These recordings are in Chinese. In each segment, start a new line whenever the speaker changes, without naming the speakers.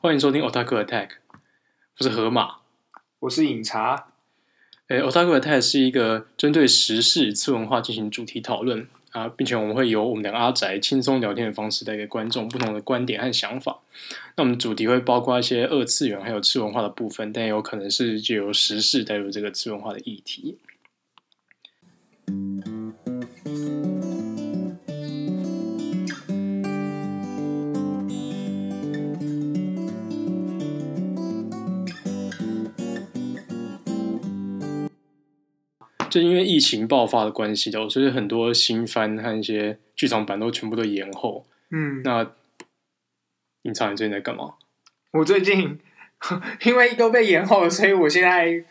欢迎收听 Otaku Attack，我是河马。
我是饮茶，
诶，Otaku Attack 是一个针对时事、次文化进行主题讨论啊，并且我们会由我们两个阿宅轻松聊天的方式带给观众不同的观点和想法。那我们主题会包括一些二次元还有次文化的部分，但也有可能是借由时事带入这个次文化的议题。就因为疫情爆发的关系哦，所以很多新番和一些剧场版都全部都延后。
嗯，
那隐藏你最近在干嘛？
我最近因为都被延后了，所以我现在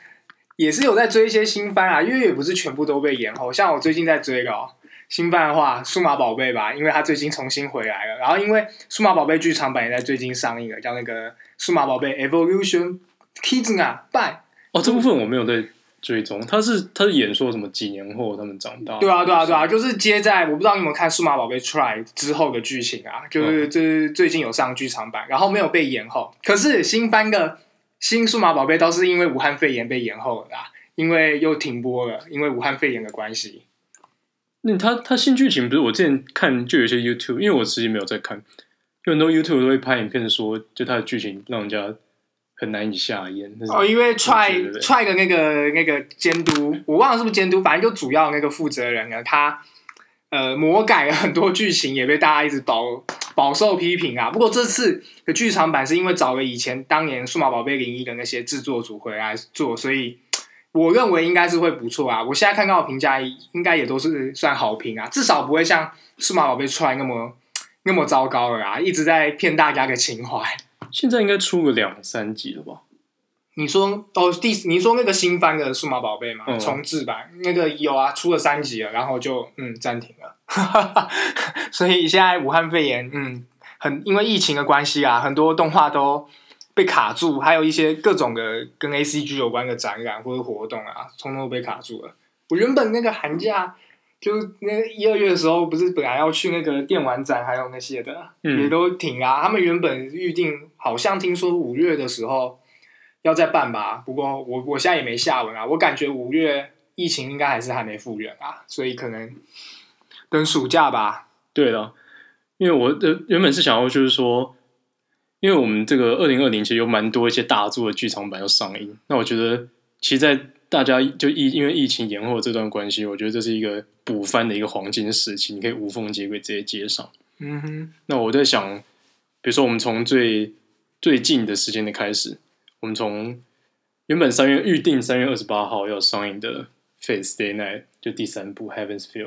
也是有在追一些新番啊，因为也不是全部都被延后。像我最近在追的哦，新番的话，《数码宝贝》吧，因为它最近重新回来了。然后因为《数码宝贝》剧场版也在最近上映了，叫那个《数码宝贝 Evolution 啊 Kizuna b y
哦，这部分我没有在追踪，他是他是演说什么几年后他们长大？
对啊，对啊，对啊，就是接在我不知道你有没有看《数码宝贝 Try》之后的剧情啊，就是就是最近有上剧场版，然后没有被延后。可是新番的新《数码宝贝》都是因为武汉肺炎被延后了啦，因为又停播了，因为武汉肺炎的关系。
那他他新剧情不是我之前看就有一些 YouTube，因为我自己没有在看，有很多 YouTube 都会拍影片说，就他的剧情让人家很难以下咽。但是
哦，因为 Try
对
Try 的那个那个监督，我忘了是不是监督，反正就主要那个负责人呢，他呃魔改了很多剧情，也被大家一直饱饱受批评啊。不过这次的剧场版是因为找了以前当年数码宝贝零一的那些制作组回来做，所以我认为应该是会不错啊。我现在看到的评价应该也都是算好评啊，至少不会像数码宝贝 Try 那么那么糟糕了啊，一直在骗大家的情怀。
现在应该出个两三集了吧？
你说哦，第你说那个新番的数码宝贝嘛，
嗯
重置版那个有啊，出了三集了，然后就嗯暂停了， 所以现在武汉肺炎，嗯，很因为疫情的关系啊，很多动画都被卡住，还有一些各种的跟 A C G 有关的展览或者活动啊，通通都被卡住了。我原本那个寒假就是那个一二月的时候，不是本来要去那个电玩展，还有那些的，也
嗯，
都停啊。他们原本预定好像听说五月的时候要再办吧，不过我我现在也没下文啊。我感觉五月疫情应该还是还没复原啊，所以可能等暑假吧。
对了，因为我呃原本是想要就是说，因为我们这个二零二零其实有蛮多一些大作的剧场版要上映，那我觉得其实，在大家就疫因为疫情延后这段关系，我觉得这是一个补番的一个黄金时期，你可以无缝接轨直接接上。
嗯哼，
那我在想，比如说我们从最最近的时间的开始，我们从原本三月预定三月二十八号要上映的《Face Day Night》就第三部《Heaven's Feel》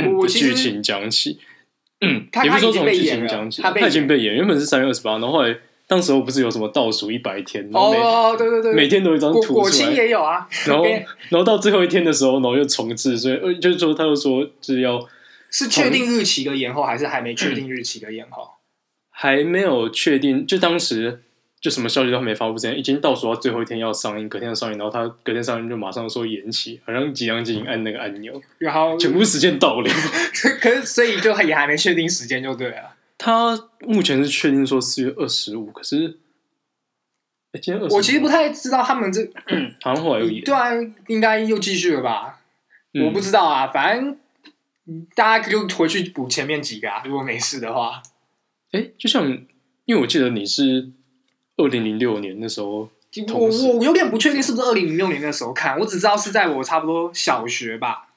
嗯
我
的
其实
剧情讲起。嗯，
他
也不是说
他
从
已经被
剧
演
情
了
讲起，
他被
已经
演
被演，原本是三月二十八，然后后来当时候不是有什么倒数一百天，然后每、
哦，对对对，
每天都有一张
果
图
果
出
青
来，
也有啊，
然 后
边
然后到最后一天的时候，然后又重置，所以呃就是说他又说就是要
是确定日期的延后还是还没确定日期的延 后？
还没有确定，就当时就什么消息都还没发布之前，已经倒数到最后一天要上映，隔天要上映，然后他隔天上映就马上说延期，好像即将进行按那个按钮，
然后
全部时间到了。
可是所以就也还没确定时间就对了。
他目前是确定说四月二十五，可是，哎，今天二十，
我其实不太知道他们这
好像后来又延，
对啊，应该又继续了吧？
嗯
我不知道啊，反正嗯大家就回去补前面几个啊。如果没事的话，
哎，就像因为我记得你是二零零六年那时候，
我
同时
我我有点不确定是不是二零零六年的时候看，我只知道是在我差不多小学吧，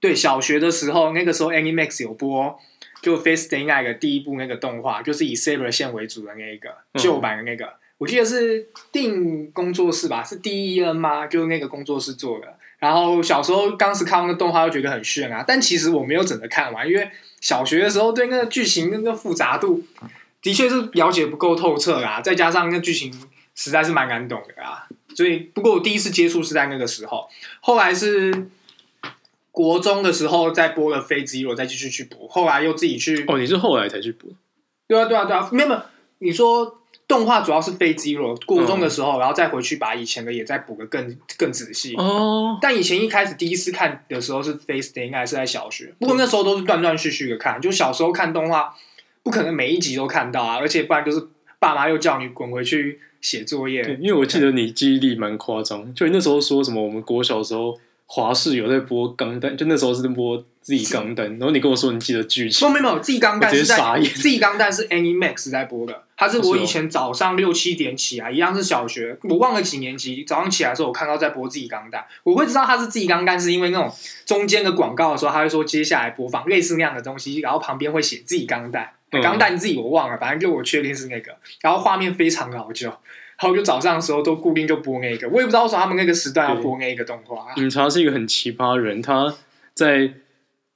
对，小学的时候，那个时候 Animax 有播就 Face Day Night 的第一部那个动画，就是以 Saber 线为主的那一个
嗯
旧版的那个，我记得是定工作室吧，是 D E N 吗？就是那个工作室做的。然后小时候当时看那个动画，就觉得很炫啊，但其实我没有整个看完，因为小学的时候对那个剧情那个复杂度的确是了解不够透彻啦，再加上那剧情实在是蛮难懂的啊，所以不过我第一次接触是在那个时候，后来是国中的时候再播了《飞机》，我再继续去补，后来又自己去
哦，你是后来才去补，
对啊，对啊，对啊，没有没有，你说动画主要是非肌肉，国中的时候，然后再回去把以前的也再补个更更仔细。
哦，
但以前一开始第一次看的时候是 Face Day，应该是在小学，不过那时候都是断断续续的看，就小时候看动画，不可能每一集都看到啊，而且不然就是爸妈又叫你滚回去写作业。
对，因为我记得你记忆力蛮夸张，就你那时候说什么，我们国小的时候华视有在播《钢弹》，就那时候是在播《自己钢
嗯
弹》，然后你跟我说你记得剧
不，
情，
没有没有，自己钢弹
我直
是
接傻
在
眼
自己钢弹是 Animax 在播的，它是我
是哦
以前早上六七点起来，一样是小学，我忘了几年级，早上起来的时候我看到在播自己钢弹，我会知道它是自己钢弹，是因为那种中间的广告的时候，它会说接下来播放类似那样的东西，然后旁边会写自己钢弹，
嗯
钢弹自己我忘了，反正就我确定是那个，然后画面非常老旧。然后就早上的时候都固定就播那个，我也不知道为什么他们那个时段要播那个动画、啊。
饮茶是一个很奇葩的人，他在。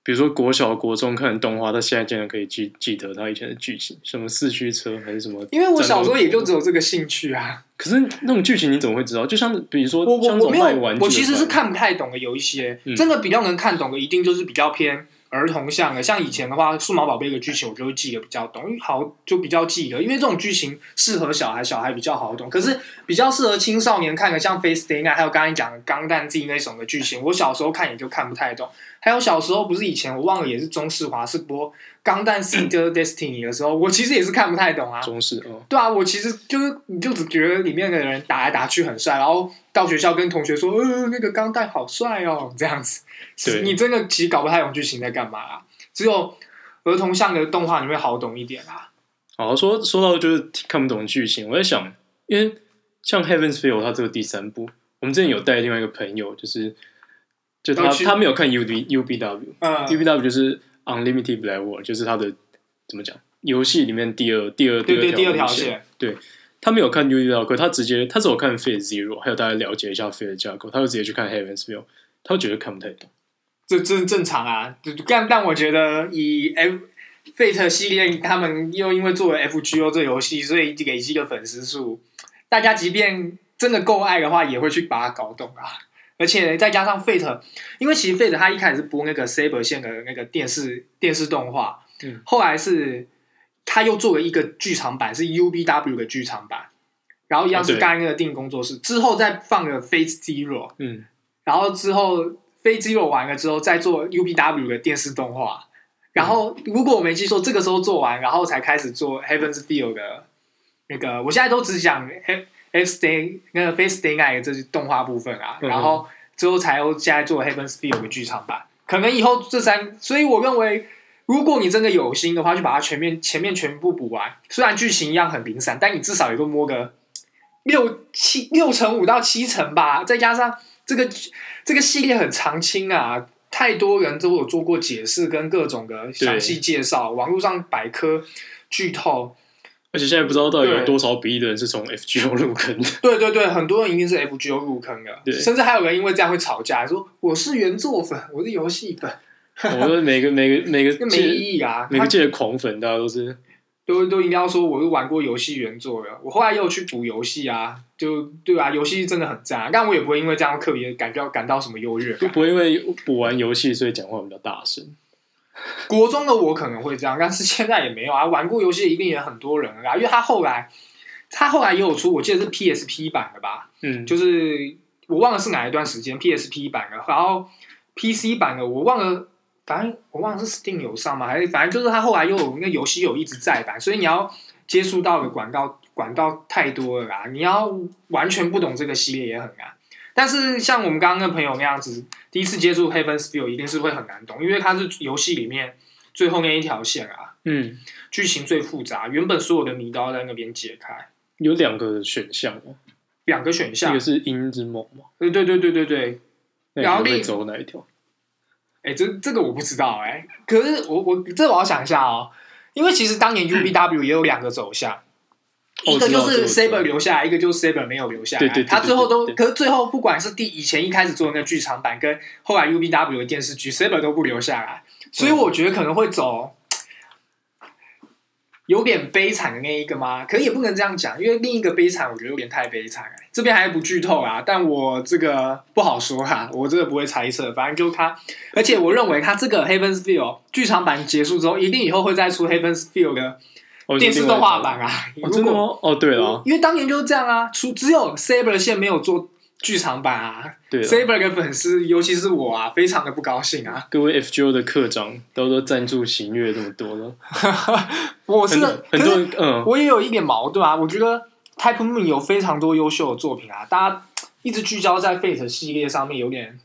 比如说国小、国中看的动画，他现在竟然可以记记得他以前的剧情，什么四驱车还是什么？
因为我小时候也就只有这个兴趣啊。
可是那种剧情你怎么会知道？就像比如说，
我
像这
我我
种
没
卖
有
玩具，的
我其实是
贩
看不太懂的，有一些、
嗯
真的比较能看懂的，一定就是比较偏儿童向的。像以前的话，数码宝贝的剧情我就会记得比较懂，因为好就比较记得，因为这种剧情适合小孩，小孩比较好懂。可是比较适合青少年看的，像《Face Day Night》还有刚才讲的《钢弹 Z》那种的剧情，我小时候看也就看不太懂。还有小时候不是以前我忘了也是中视华视播《钢弹 Z 的 Destiny》的时候，我其实也是看不太懂啊。
中式哦，
对啊，我其实就是，你就只觉得里面的人打来打去很帅，然后到学校跟同学说，呃，那个钢弹好帅哦，这样子。
对
你真的其实搞不太懂剧情在干嘛啦。只有儿童向的动画你会好懂一点啦。
好说说到就是看不懂剧情，我在想，因为像《Heaven's Feel》它只有第三部，我们之前有带另外一个朋友，就是就他
要去
他没有看 U B U B W，U
嗯，
B W 就是 Unlimited Black World，就是他的怎么讲，游戏里面第二第二
对对，第二
二条
条
路线，
线，
他没有看 U B W，可他直接他只有看 Fate Zero，还有大家了解一下 Fate 的架构，他就直接去看 Heaven's Feel，他就觉得看不太懂。
这这正常啊。就但但我觉得以 F Fate 系列，他们又因为作为 FGO 这游戏，所以累积的粉丝数，大家即便真的够爱的话，也会去把它搞懂啊。而且再加上 Fate，因为其实 Fate 它一开始是播那个 Saber 线的那个电视电视动画，
嗯
后来是他又做了一个剧场版，是 UBW 的剧场版，然后一样
啊
是
对
刚才那个定工作室，之后再放了 Fate Zero，
嗯，
然后之后飞机肉完了之后，再做 UPW 的电视动画。然后，如果我没记错，这个时候做完，然后才开始做 Heaven's Feel 的那个。我现在都只讲 F F Stay 那个 Face Stay Night 的这些动画部分啊，
嗯
然后之后才又现在做 Heaven's Feel 的剧场版。可能以后这三，所以我认为，如果你真的有心的话，去把它全面前面全部补完，虽然剧情一样很零散，但你至少也都摸个六七六成五到七成吧，再加上这个这个系列很常青啊，太多人都有做过解释跟各种的详细介绍，网络上百科剧透，
而且现在不知道到底有
对
多少比例的人是从 F G O 入坑的。
对对对，很多人一定是 FGO 入坑的，
对
甚至还有人因为这样会吵架，说我是原作粉，我是游戏粉，
我说每个每个每个
那没
界
意义啊。
每个
他
界的狂粉，大家都是
都都一定要说我是玩过游戏原作的，我后来又去补游戏啊，就对啊，游戏真的很赞、啊，但我也不会因为这样特别感觉到感到什么优越感
就。不会因为补完游戏所以讲话比较大声。
国中的我可能会这样，但是现在也没有啊。玩过游戏的一定也很多人了啊，因为他后来他后来也有出，我记得是 PSP 版的吧，
嗯，
就是我忘了是哪一段时间 PSP 版的，然后 PC 版的我忘了，反正我忘了是 Steam 有上吗？还是反正就是他后来又有那游戏有一直再版，所以你要接触到的管道管道太多了啊啦，你要完全不懂这个系列也很难。但是像我们刚刚那朋友那样子，第一次接触 Heaven's Feel 一定是会很难懂，因为它是游戏里面最后那一条线啊，
嗯，
剧情最复杂，原本所有的谜都要在那边解开。
有两个选项嘛，
两个选
一
项
个，是鹰之梦嘛，
对对对对对对，
那
然后
你
另
会走哪一条？
哎、这这个我不知道哎、可是我我这我要想一下哦，因为其实当年 UBW 也有两个走向，
哦
一个就
我知道
是
我知道
Saber 留下来，一个就是 Saber 没有留下来。
对对对对
他最后都，
对
可是最后不管是第以前一开始做的那个剧场版，跟后来 UBW 的电视剧，Saber 都不留下来，所以
嗯
我觉得可能会走。有点悲惨的那一个吗？可是也不能这样讲，因为另一个悲惨，我觉得有点太悲惨了。这边还不剧透啊，但我这个不好说啊，我这个不会猜测。反正就他，而且我认为他这个 Heaven's Feel 剧场版结束之后，一定以后会再出 Heaven's Feel 的
哦
电视动画版啊。
哦，
如
真的
果嗯
吗？哦，对了，
啊因为当年就是这样啊，除只有 Saber 线没有做剧场版啊
对了，
，Saber 的粉丝，尤其是我啊，非常的不高兴 啊。
各位 FGO 的课长都都赞助行月这么多了，
我
很
是
很
可
多
是
人嗯，
我也有一点矛盾啊。我觉得 Type Moon 有非常多优秀的作品啊，大家一直聚焦在 Fate 系列上面，有点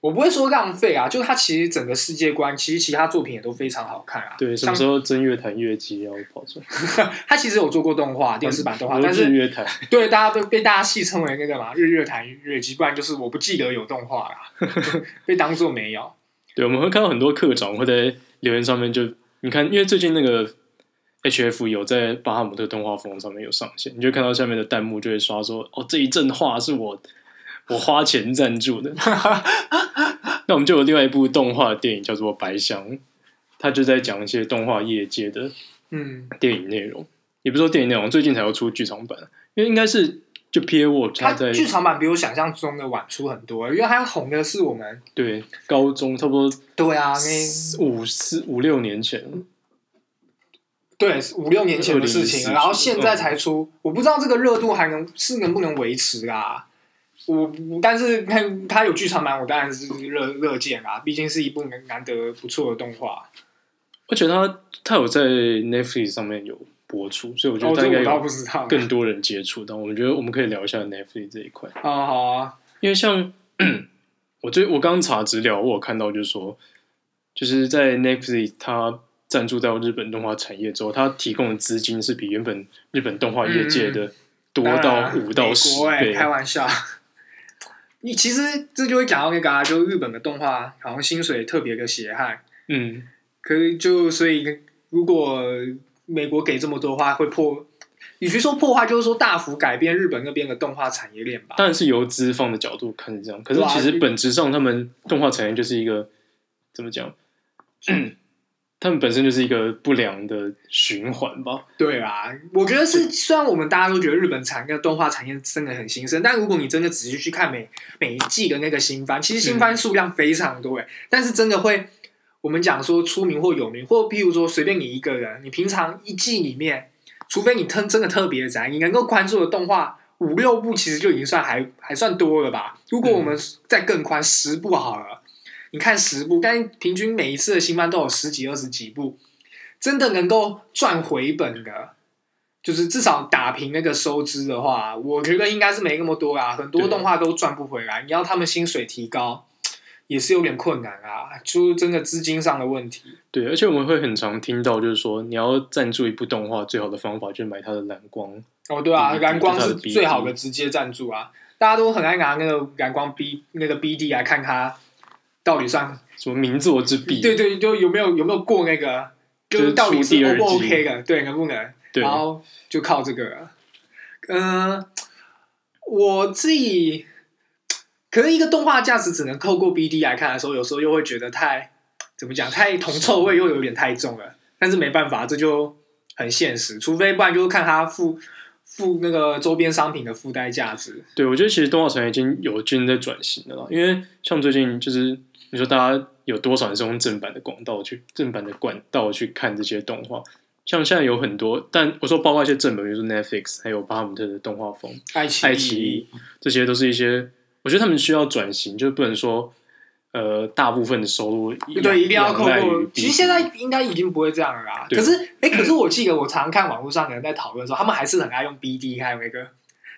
我不会说浪费啊，就它其实整个世界观，其实其他作品也都非常好看啊。
对，什么
像
时候真月谈月姬要跑出来？
它其实有做过动画、电视版动画，
我
但
日
是
月谈，
对大家被被大家戏称为那个嘛日月潭月姬，不然就是我不记得有动画啦， 被当做没有。
对，我们会看到很多课长会在留言上面就你看，因为最近那个 HF 有在巴哈姆特动画风上面有上线，你就看到下面的弹幕就会刷说：“哦，这一阵画是我我花钱赞助的。” 那我们就有另外一部动画电影叫做《白箱》，它就在讲一些动画业界的
嗯，
电影内容，也不是说电影内容，最近才要出剧场版，因为应该是就 P A Watch
它
他在
剧场版比我想象中的晚出很多，因为它红的是我们
对高中差不多
对啊，
四
那
五四五六年前，
对五六年前的事情嗯
2014
了，然后现在才出，我不知道这个热度还能是能不能维持啊。我但是看它有剧场版，我当然是热热见啦，毕竟是一部难得不错的动画。
而且他他有在 Netflix 上面有播出，所以我觉
哦，
得他
这
应该
我倒
有
不知道。
更多人接触到。我们觉得我们可以聊一下 Netflix 这一块，
哦，好啊，
因为像我最我刚查资料，我有看到就是说，就是在 Netflix 它赞助到日本动画产业之后，它提供的资金是比原本日本动画业界的多
嗯当
到
然
五到
美
十
国欸
倍。
开玩笑。 你其实这就会讲到那个啊，就日本的动画好像薪水特别的血汗，
嗯，
可是就所以如果美国给这么多的话，会破，与其说破坏，就是说大幅改变日本那边的动画产业链吧。
当然是由资方的角度看是这样，可是
对啊
其实本质上他们动画产业就是一个怎么讲？嗯他们本身就是一个不良的循环吧。
对啊，我觉得是，虽然我们大家都觉得日本产业动画产业真的很兴盛，但如果你真的仔细去看每每一季的那个新番，其实新番数量非常多诶、欸但是真的会，我们讲说出名或有名，或譬如说随便你一个人，你平常一季里面，除非你特真的特别宅，你能够关注的动画五六部，其实就已经算还还算多了吧。如果我们再更宽十部好了，你看十部，但平均每一次的新番都有十几二十几部，真的能够赚回本的，就是至少打平那个收支的话，我觉得应该是没那么多啦。很多
对
动画都赚不回来，你要他们薪水提高，也是有点困难啊，就是真的资金上的问题。
对，而且我们会很常听到，就是说你要赞助一部动画，最好的方法就是买它的蓝光。
哦，对啊，
嗯
蓝光
就是是它的 BD
最好的直接赞助啊，大家都很爱拿那个蓝光 B 那个 BD 来看它到底算
什么名作之弊？
对对，就有没有有没有过那个，就是到底是
就是出第
O
二
不
季
OK 的，对，能不能？
对
然后就靠这个。嗯、我自己可能一个动画价值只能透过 BD 来看的时候，有时候又会觉得太怎么讲，太铜臭味又有点太重了。但是没办法，这就很现实，除非不然就是看它附附那个周边商品的附带价值。
对，我觉得其实动画产业已经有渐渐在转型的啦，因为像最近就是你说大家有多少人是用正版的广告去正版的管道去看这些动画？像现在有很多，但我说包括一些正版，比如说 Netflix，还有巴哈姆特的动画风，
爱奇
爱奇艺，这些都是一些，我觉得他们需要转型，就不能说呃大部分的收入
对，一定要扣
仰赖于
过。其实现在
BD
应该已经不会这样了啦。
对
可是，哎、可是我记得我常看网络上有人在讨论的时候，他们还是很爱用 BD 还有那个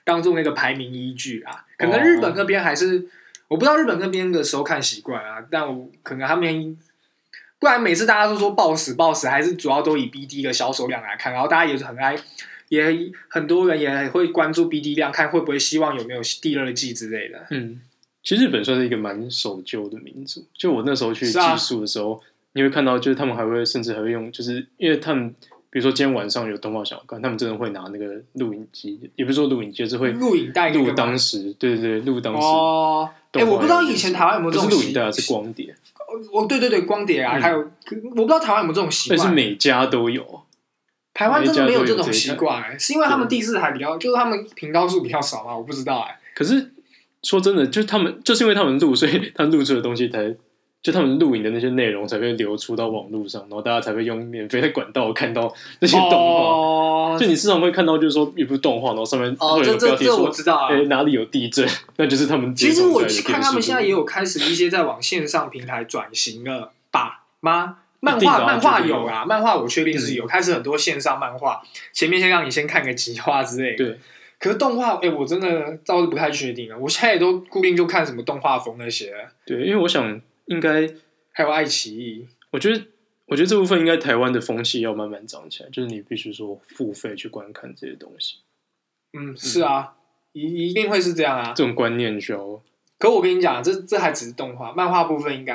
当做那个排名依据啊。可能日
哦
本那边还是、我不知道日本那边的收看习惯啊，但我可能他们。不然每次大家都说暴死暴死，还是主要都以 BD 的销售量来看，然后大家也是很爱，也很多人也会关注 BD 量，看会不会希望有没有第二季之类的。
嗯，其实日本算是一个蛮守旧的民族。就我那时候去
是啊
寄宿的时候，你会看到，就是他们还会甚至还会用，就是因为他们比如说今天晚上有动画想要看，他们真的会拿那个录影机，也不是说录影机，就是会
录影带那个
录
吗
当时，对对对，录当时。
哦，哎、
动画
我不知道
有
以前台湾有没有
不
这
是
种
录
习
影带啊，是光碟，
哦，对对对，光碟啊，
嗯
还有我不知道台湾有没有这种习
但是
惯，
每家都有。
台湾真的没
每
有这
一家都有这
种
一
习
台
惯、欸，是因为他们第四台比较，就是他们频道数比较少嘛，我 不知道哎、
可是说真的，就是他们就是因为他们录，所以他们录出的东西才就他们录影的那些内容才会流出到网络上，然后大家才会用免费的管道看到这些动画。
哦
就，你时常会看到，就是说一部动画，然后上面
哦，
会有
这
个标
这
题
这
说
我知道啊
哎、。哪里有地震？ 那就是他们
其
接
实
收
我
出来的
看他们
电视
现在也有开始一些在往线上平台转型了吧？吗？漫
一定的
画
啊嗯
漫画
绝对
有啊，漫画我确定是有，开始很多线上漫画，前面先让你先看个几话之类的。
对，
可是动画，哎、我真的倒是不太确定了。啊我现在也都固定就看什么动画风那些了，
对，因为我想应该，
还有爱奇艺。
我觉得，我觉得这部分应该台湾的风气要慢慢长起来，就是你必须说付费去观看这些东西，
嗯，是啊，一一定会是这样啊。
这种观念需要。
可我跟你讲，这这还只是动画，漫画部分应该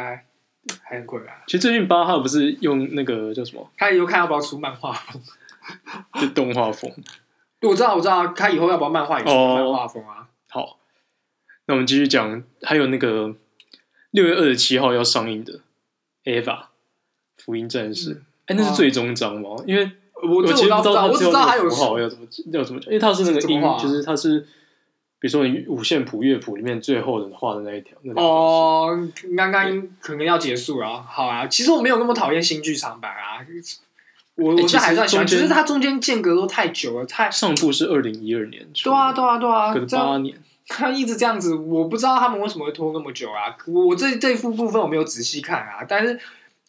还很困难。
其实最近巴哈不是用那个叫什么，
他以后看要不要出漫画风？
就动画风。
我知道，我知道，他以后要不要漫画也是
哦
漫画风啊。
好，那我们继续讲，还有那个六月二十七号要上映的《Eva 福音战士》
嗯
哎、那
啊
是最终章吗？因为
我这
哦其
我
实
倒
不
不
它最
知道，我只
后
知道
那
他有
个符号要怎么要怎么，因为它是那个
怎么
音
画啊，
就是它是，比如说你五线谱、乐谱里面最后的画的那一条。那两条
哦，刚刚可能要结束了啊。好啊，其实我没有那么讨厌新剧场版啊，我
欸
我是还算喜欢，
哎其
只
实中间
是它中间间隔都太久了，太
上部是二零一二年出
对
的，
啊，对啊，对啊
隔，了
这
八
样
年。
他一直这样子，我不知道他们为什么会拖那么久啊。我这这一副部分我没有仔细看啊，但是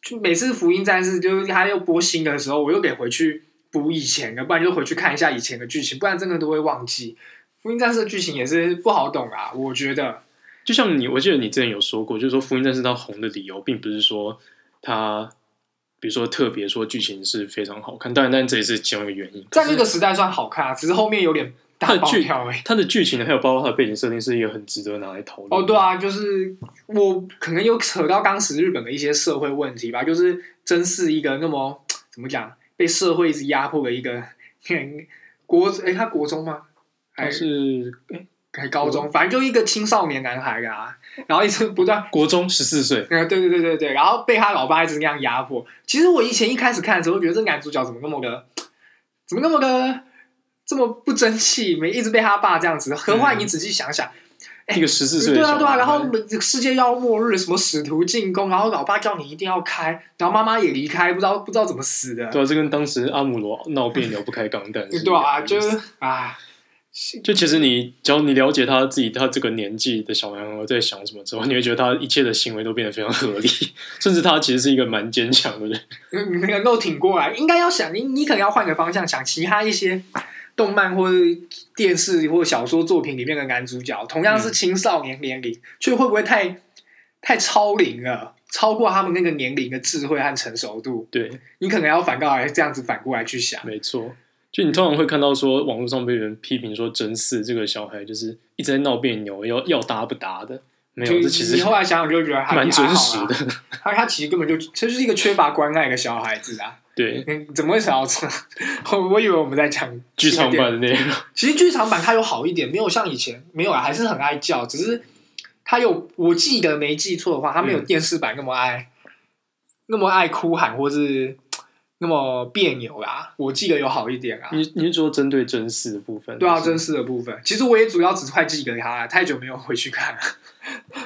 就每次福音战士就是他又播新的时候，我又得回去补以前的，不然就回去看一下以前的剧情，不然真的都会忘记。福音战士的剧情也是不好懂啊，我觉得。
就像你，我记得你之前有说过，就是说《福音战士》它红的理由，并不是说它，比如说特别说剧情是非常好看，当然，但这也是其中一个原因。
在那个时代算好看啊，只是后面有点大爆跳哎、
它的剧情还有包括它的背景设定，是一个很值得拿来讨论。
哦，对，啊，就是我可能有扯到当时日本的一些社会问题吧，就是真是一个那么怎么讲，被社会一直压迫的一个国，哎、他国中吗？
它
还
哦是
还高中，反正就一个青少年男孩啊，然后一直不断
国中十四岁，
嗯，对对对对对，然后被他老爸一直那样压迫。其实我以前一开始看的时候，觉得这男主角怎么那么的，怎么那么的这么不争气，没一直被他爸这样子。何况你仔细想想，哎
一个十四岁的
对啊
小
对啊，
男
然后
孩
每世界要末日，什么使徒进攻，然后老爸叫你一定要开，然后妈妈也离开，不知道不知道怎么死的，
对啊，这跟当时阿姆罗闹别扭不开钢弹是一
对
样
啊，
的
就
意思
是啊，
就其实你只要你了解他自己，他这个年纪的小男孩在想什么之后，你会觉得他一切的行为都变得非常合理， 甚至他其实是一个蛮坚强的人。
你能够挺过来，应该要想你，你可能要换个方向想其他一些动漫或者电视或小说作品里面的男主角，同样是
嗯
青少年年龄，却会不会太太超龄了，超过他们那个年龄的智慧和成熟度？
对，
你可能要反过来这样子反过来去想。
没错。就你通常会看到说，网络上被人批评说真四这个小孩就是一直在闹别扭，要要搭不搭的，没有，
就
这其实
你后来想想就觉得 还
蛮
还
真
好啊
实
啦
的。。
他他其实根本就这就是一个缺乏关爱的小孩子啊！
对，
嗯，怎么会想到这？我我以为我们在讲
剧场
电
版的内 容，
其实剧场版它有好一点，没有像以前没有啊，还是很爱叫，只是它有我记得没记错的话，它没有
嗯
电视版那么爱、那么爱哭喊或是那么别扭啦。我记得有好一点啊。
你你是说针对真四的部分？
对啊，
还是
真实的部分，其实我也主要只快记得它了，太久没有回去看了。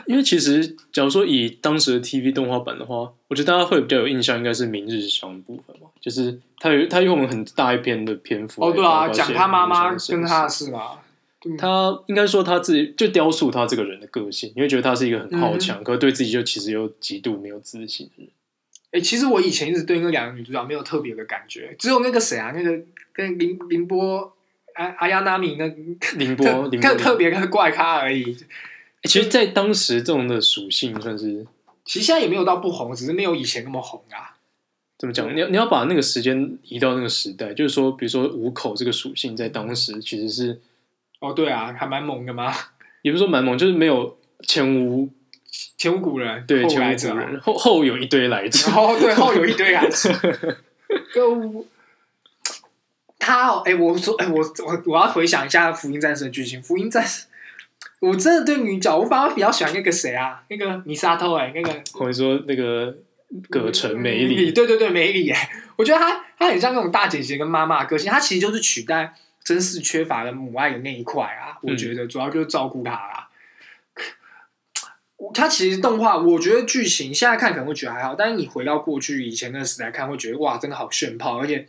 因为其实，假如说以当时的 TV 动画版的话，我觉得大家会比较有印象，应该是《明日香》部分嘛，就是他有他用了很大一篇的篇幅
哦，对啊，
来包括
讲
一些
他妈妈
明日香
跟
的身世
他的事嘛。
他应该说他自己就雕塑他这个人的个性，你会觉得他是一个很
嗯
好强，可是对自己就其实又极度没有自信的人。
哎、其实我以前一直对那两个女主角没有特别的感觉，只有那个谁啊，那个跟林林波阿阿亚娜米那
凌波，
特
凌
特
波，欸
特别的怪咖而已。
其实，在当时这种的属性算是
其实现在也没有到不红，只是没有以前那么红啊。
怎么讲？你要你要把那个时间移到那个时代，就是说，比如说五口这个属性，在当时其实是
哦，对啊，还蛮猛的嘛，
也不是说蛮猛，就是没有前无
前无古人，
对，
后无
前
来
无
者
古
啊。
人，后后有一堆来者
然。后对后有 一堆啊来者。就他哦，哎、我说，哎、我我我要回想一下《福音战士》的剧情，《福音战士》。我真的对女角，我反而比较喜欢那个谁啊，那个米沙托哎、那个
或者说那个葛城美里，
对对对，美里哎、我觉得她她很像那种大姐姐跟妈妈的个性，她其实就是取代真是缺
嗯
乏了母爱的那一块啊，我觉得主要就是照顾她啦。它其实动画，我觉得剧情现在看可能会觉得还好，但是你回到过去以前那个时代看，会觉得哇，真的好炫炮，而且，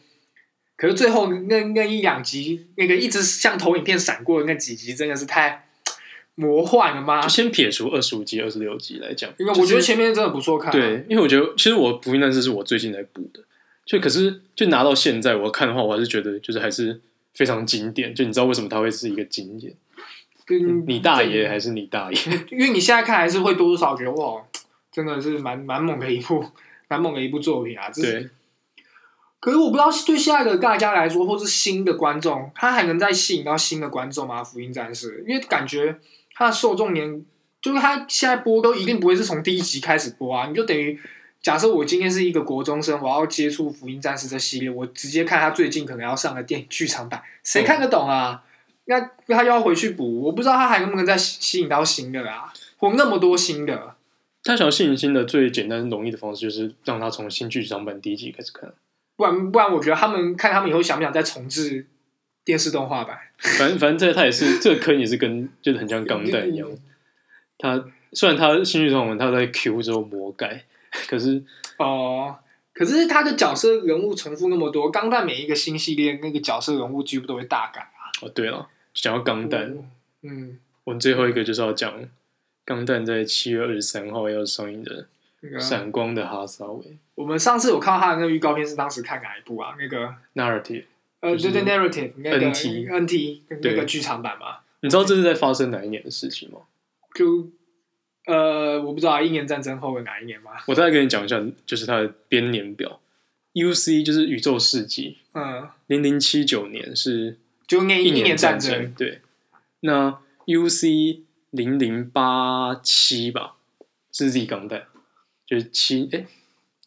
可是最后那那一两集，那个一直像投影片闪过的那几集，真的是太魔幻了吗
就？先撇除二十五集、二十六集来讲，
因为我觉
就
得
是
前面真的不错看、，啊
对，因为我觉得其实我补印那次是我最近才补的，就可是就拿到现在我看的话，我还是觉得就是还是非常经典。就你知道为什么它会是一个经典？
跟
你大爷还是你大爷？
因为你现在看还是会多多少少觉得哇，真的是蛮蛮猛的一部蛮猛的一部作品啊。只是
对，
可是我不知道对现在的大家来说，或是新的观众，他还能再吸引到新的观众吗？《福音战士》，因为感觉他的受众年，就是他现在播都一定不会是从第一集开始播啊。你就等于假设我今天是一个国中生，我要接触《福音战士》这系列，我直接看他最近可能要上的电剧场版，谁看得懂啊？那那他又要回去补，我不知道他还能不能再吸吸引到新的啊，或那么多新的。
他想要吸引新的最简单容易的方式就是让他从新剧场版第一集开始看。
不然不然，我觉得他们看他们以后想不想再重置电视动画版？
反正反正这他也是这个坑也是跟就是很像钢弹一样，他虽然他新剧场版他在 Q 之后魔改，可是
哦，可是他的角色人物重复那么多，钢弹每一个新系列那个角色人物几乎都会大改啊。
哦对了，讲到钢弹，
嗯，
我们最后一个就是要讲钢弹在七月二十三号要上映的
那
《
个
闪光的哈萨维
我们上次有看到他的那个预告片，是当时看哪一部啊？那个
Narrative》。
呃，
就是
对对，narrative 那个
NT
NT 那个
对
剧场版嘛，
你知道这是在发生哪一年的事情吗？
就呃，我不知道一年战争后的哪一年嘛。
我大概跟你讲一下，就是它的编年表。U.C. 就是宇宙世纪，
嗯，
零零七九年是
就那
一
年
战
争，
对，那 U.C. 零零八七吧是 Z 钢弹，就是七哎、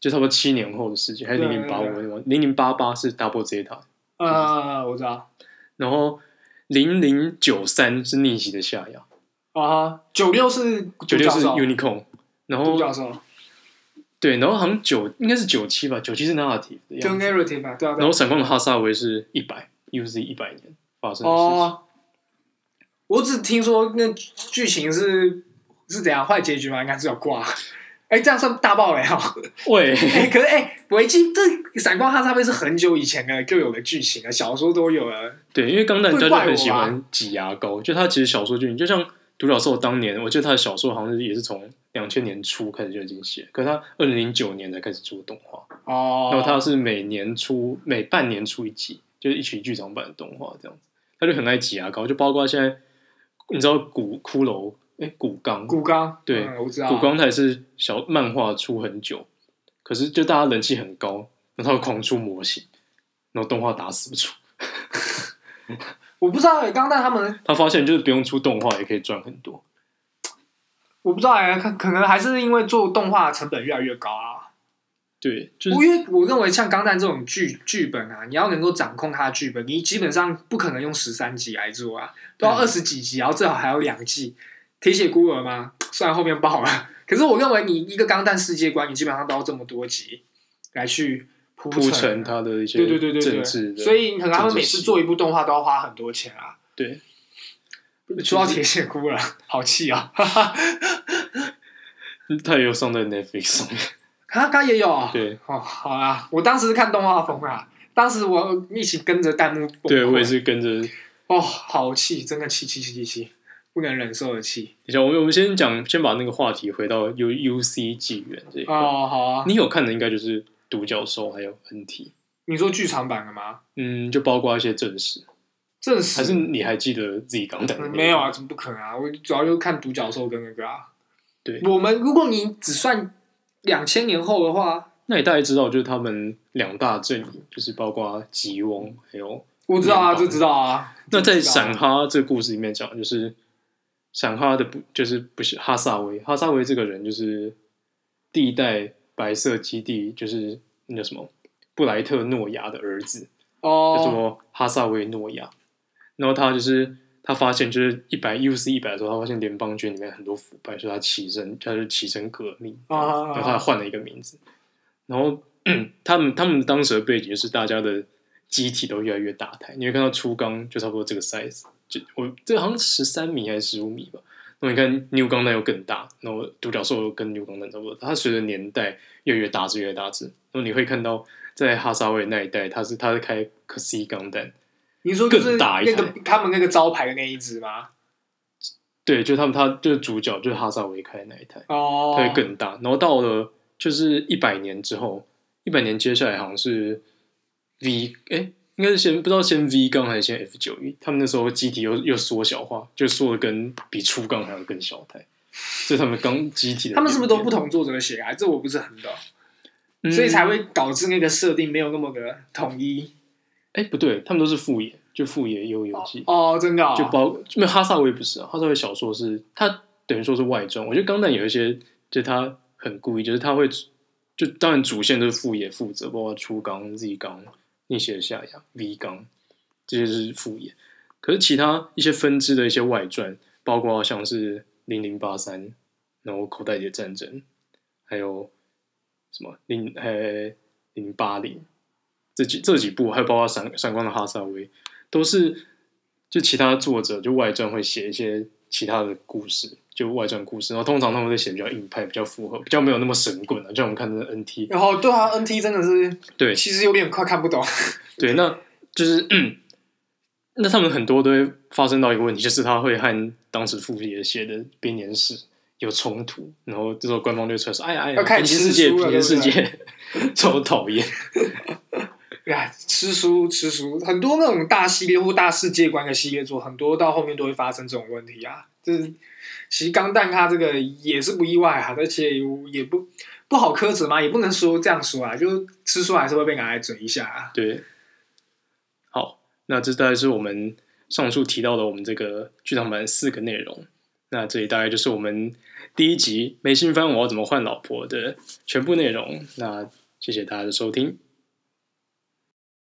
就差不多七年后的事情，还是
对啊
零零八
对对
五，零零八八是 Double Zeta，
呃，我知道
然后零零九三是逆袭的夏亚，
啊，九六是
九六是
独角兽
Unicorn，然
独
后
角兽，
对，然后好像九应该是九七吧，九七是 Narrative 的
就
样子，
narrative 啊，对啊，对啊
然后闪光的哈萨维是一百 UZ 一百年发生的事情。
哦，我只听说那剧情是是怎样坏结局吗？应该是有挂。哎、这样算大爆雷哦！
喂，
哎、可是哎，维、基这《闪光哈萨贝》是很久以前的就有的剧情了，小说都有了。
对，因为钢弹
会
家就
怪我啊
很喜
吧
欢挤牙膏，就他其实小说就就像独角兽当年，我记得他的小说好像是也是从两千年初开始就已经写，可是他二零零九年才开始做动画，
哦，
然后他是每年出每半年出一集，就是一起剧场版的动画这样子，他就很爱挤牙膏，就包括现在你知道古骷髅哎古钢
古刚，
对
嗯我知道。
古光台是小漫画出很久，可是就大家人气很高，然后他狂出模型，然后动画打死不出。
我不知道哎、刚但他们，
他发现就是不用出动画也可以赚很多，
我不知道哎、可可能还是因为做动画成本越来越高啊。
对，就是
我因为我认为像《钢弹》这种剧剧本啊，你要能够掌控它的剧本，你基本上不可能用十三集来做啊，都要
嗯
二十几集，然后最好还有两季。铁血孤儿吗？虽然后面爆了，可是我认为你一个《钢弹》世界观，你基本上都要这么多集来去铺
铺
陈
陈。他的一些
啊对对对对
政治
对，
的，
所以可能他
政
们
治
每次
戏
做一部动画都要花很多钱啊。
对
说到铁血孤儿，好气啊！
他也有上在 Netflix 上面。
他他也有啊。
对
哦，好啦，我当时是看动画风啦，当时我一起跟着弹幕崩溃。
对我也是跟着。
哦，好气，真的气气气气气，不能忍受的气。
等一下，我们我们先讲，先把那个话题回到 U U C 纪元这一块。
哦，好啊，
你有看的应该就是独角兽还有 N T，
你说剧场版的吗？
嗯，就包括一些正史，
正
还是
史
你还记得自己刚讲的
嗯
那个？
没有啊，怎么不可能啊？我主要就看独角兽跟那个啊。
对
我们如果你只算两千年后的话，
那你大概知道，就是他们两大阵营，就是包括吉翁还有。
我知道啊，
联邦
就知道啊。
那在
这知道啊
闪哈这个故事里面讲，就是闪哈的不就是不是哈萨维，哈萨维这个人就是第一代白色基地，就是那叫什么布莱特诺亚的儿子，叫
哦，
做哈萨维诺亚。然后他就是他发现，就是一百 U C 一百的时候，他发现联邦军里面很多腐败，所以他起身，他就起身革命，
啊啊啊啊
然后他换了一个名字。然后 他们他们当时的背景就是大家的机体都越来越大台，你会看到初钢就差不多这个 size，就我这好像十三米还是十五米吧，那你看 New 钢弹又更大，那我独角兽又跟 New 钢弹差不多，它随着年代越来越大只，越来越大只。那么你会看到在哈萨维那一带，它是它是开可 C 钢弹，
你说就是
更大一
那
台
个他们那个招牌的那一只吗？
对，就他们他就是主角就是哈萨维开的那一台，
哦，
它会更大。然后到了就是一百年之后，一百年接下来好像是 V 哎、应该是先不知道先 V 杠还是先 F 九一，他们那时候机体又又缩小化，就缩的跟比初杠还要更小台，这是他们刚机体的
他们是不是都
演
不同作者写啊？这我不是很懂，
变？
所以才
嗯
会导致那个设定没有那么的统一。
哎、不对，他们都是副业，就副业也有游戏，
哦，真的、哦，
就包没有哈萨维不是、啊，哈萨维小说是他等于说是外传。我觉得钢弹有一些，就是他很故意，就是他会就当然主线都是副业负责，包括初钢、Z 钢、逆斜下压、V 钢这些是副业。可是其他一些分支的一些外传，包括像是零零八三，然后口袋里的战争，还有什么零呃零八零这几这几部，还有包括闪闪光的哈萨威，都是就其他作者就外传会写一些其他的故事，就外传故事，然后通常他们会写比较硬派、比较符合、比较没有那么神棍的、啊就像我们看的 NT，
然后对啊，NT 真的是
对
其实有点快看不懂。
对，那就是、嗯那他们很多都会发生到一个问题，就是他会和当时傅爷写的编年史有冲突，然后这时候官方就会出来说：“哎呀哎呀，
要开
平行
始
世界，
吃书
平
了
行世
对
界， 超讨厌。”
呀，吃书吃书，很多那种大系列或大世界观的系列作，很多到后面都会发生这种问题啊。就是其实钢弹它这个也是不意外啊，而且也不不好苛责嘛，也不能说这样说啊，就吃书还是会被拿来嘴一下啊。
对，好，那这大概是我们上述提到的我们这个剧场版四个内容。那这里大概就是我们第一集《没新番我要怎么换老婆》的全部内容。那谢谢大家的收听，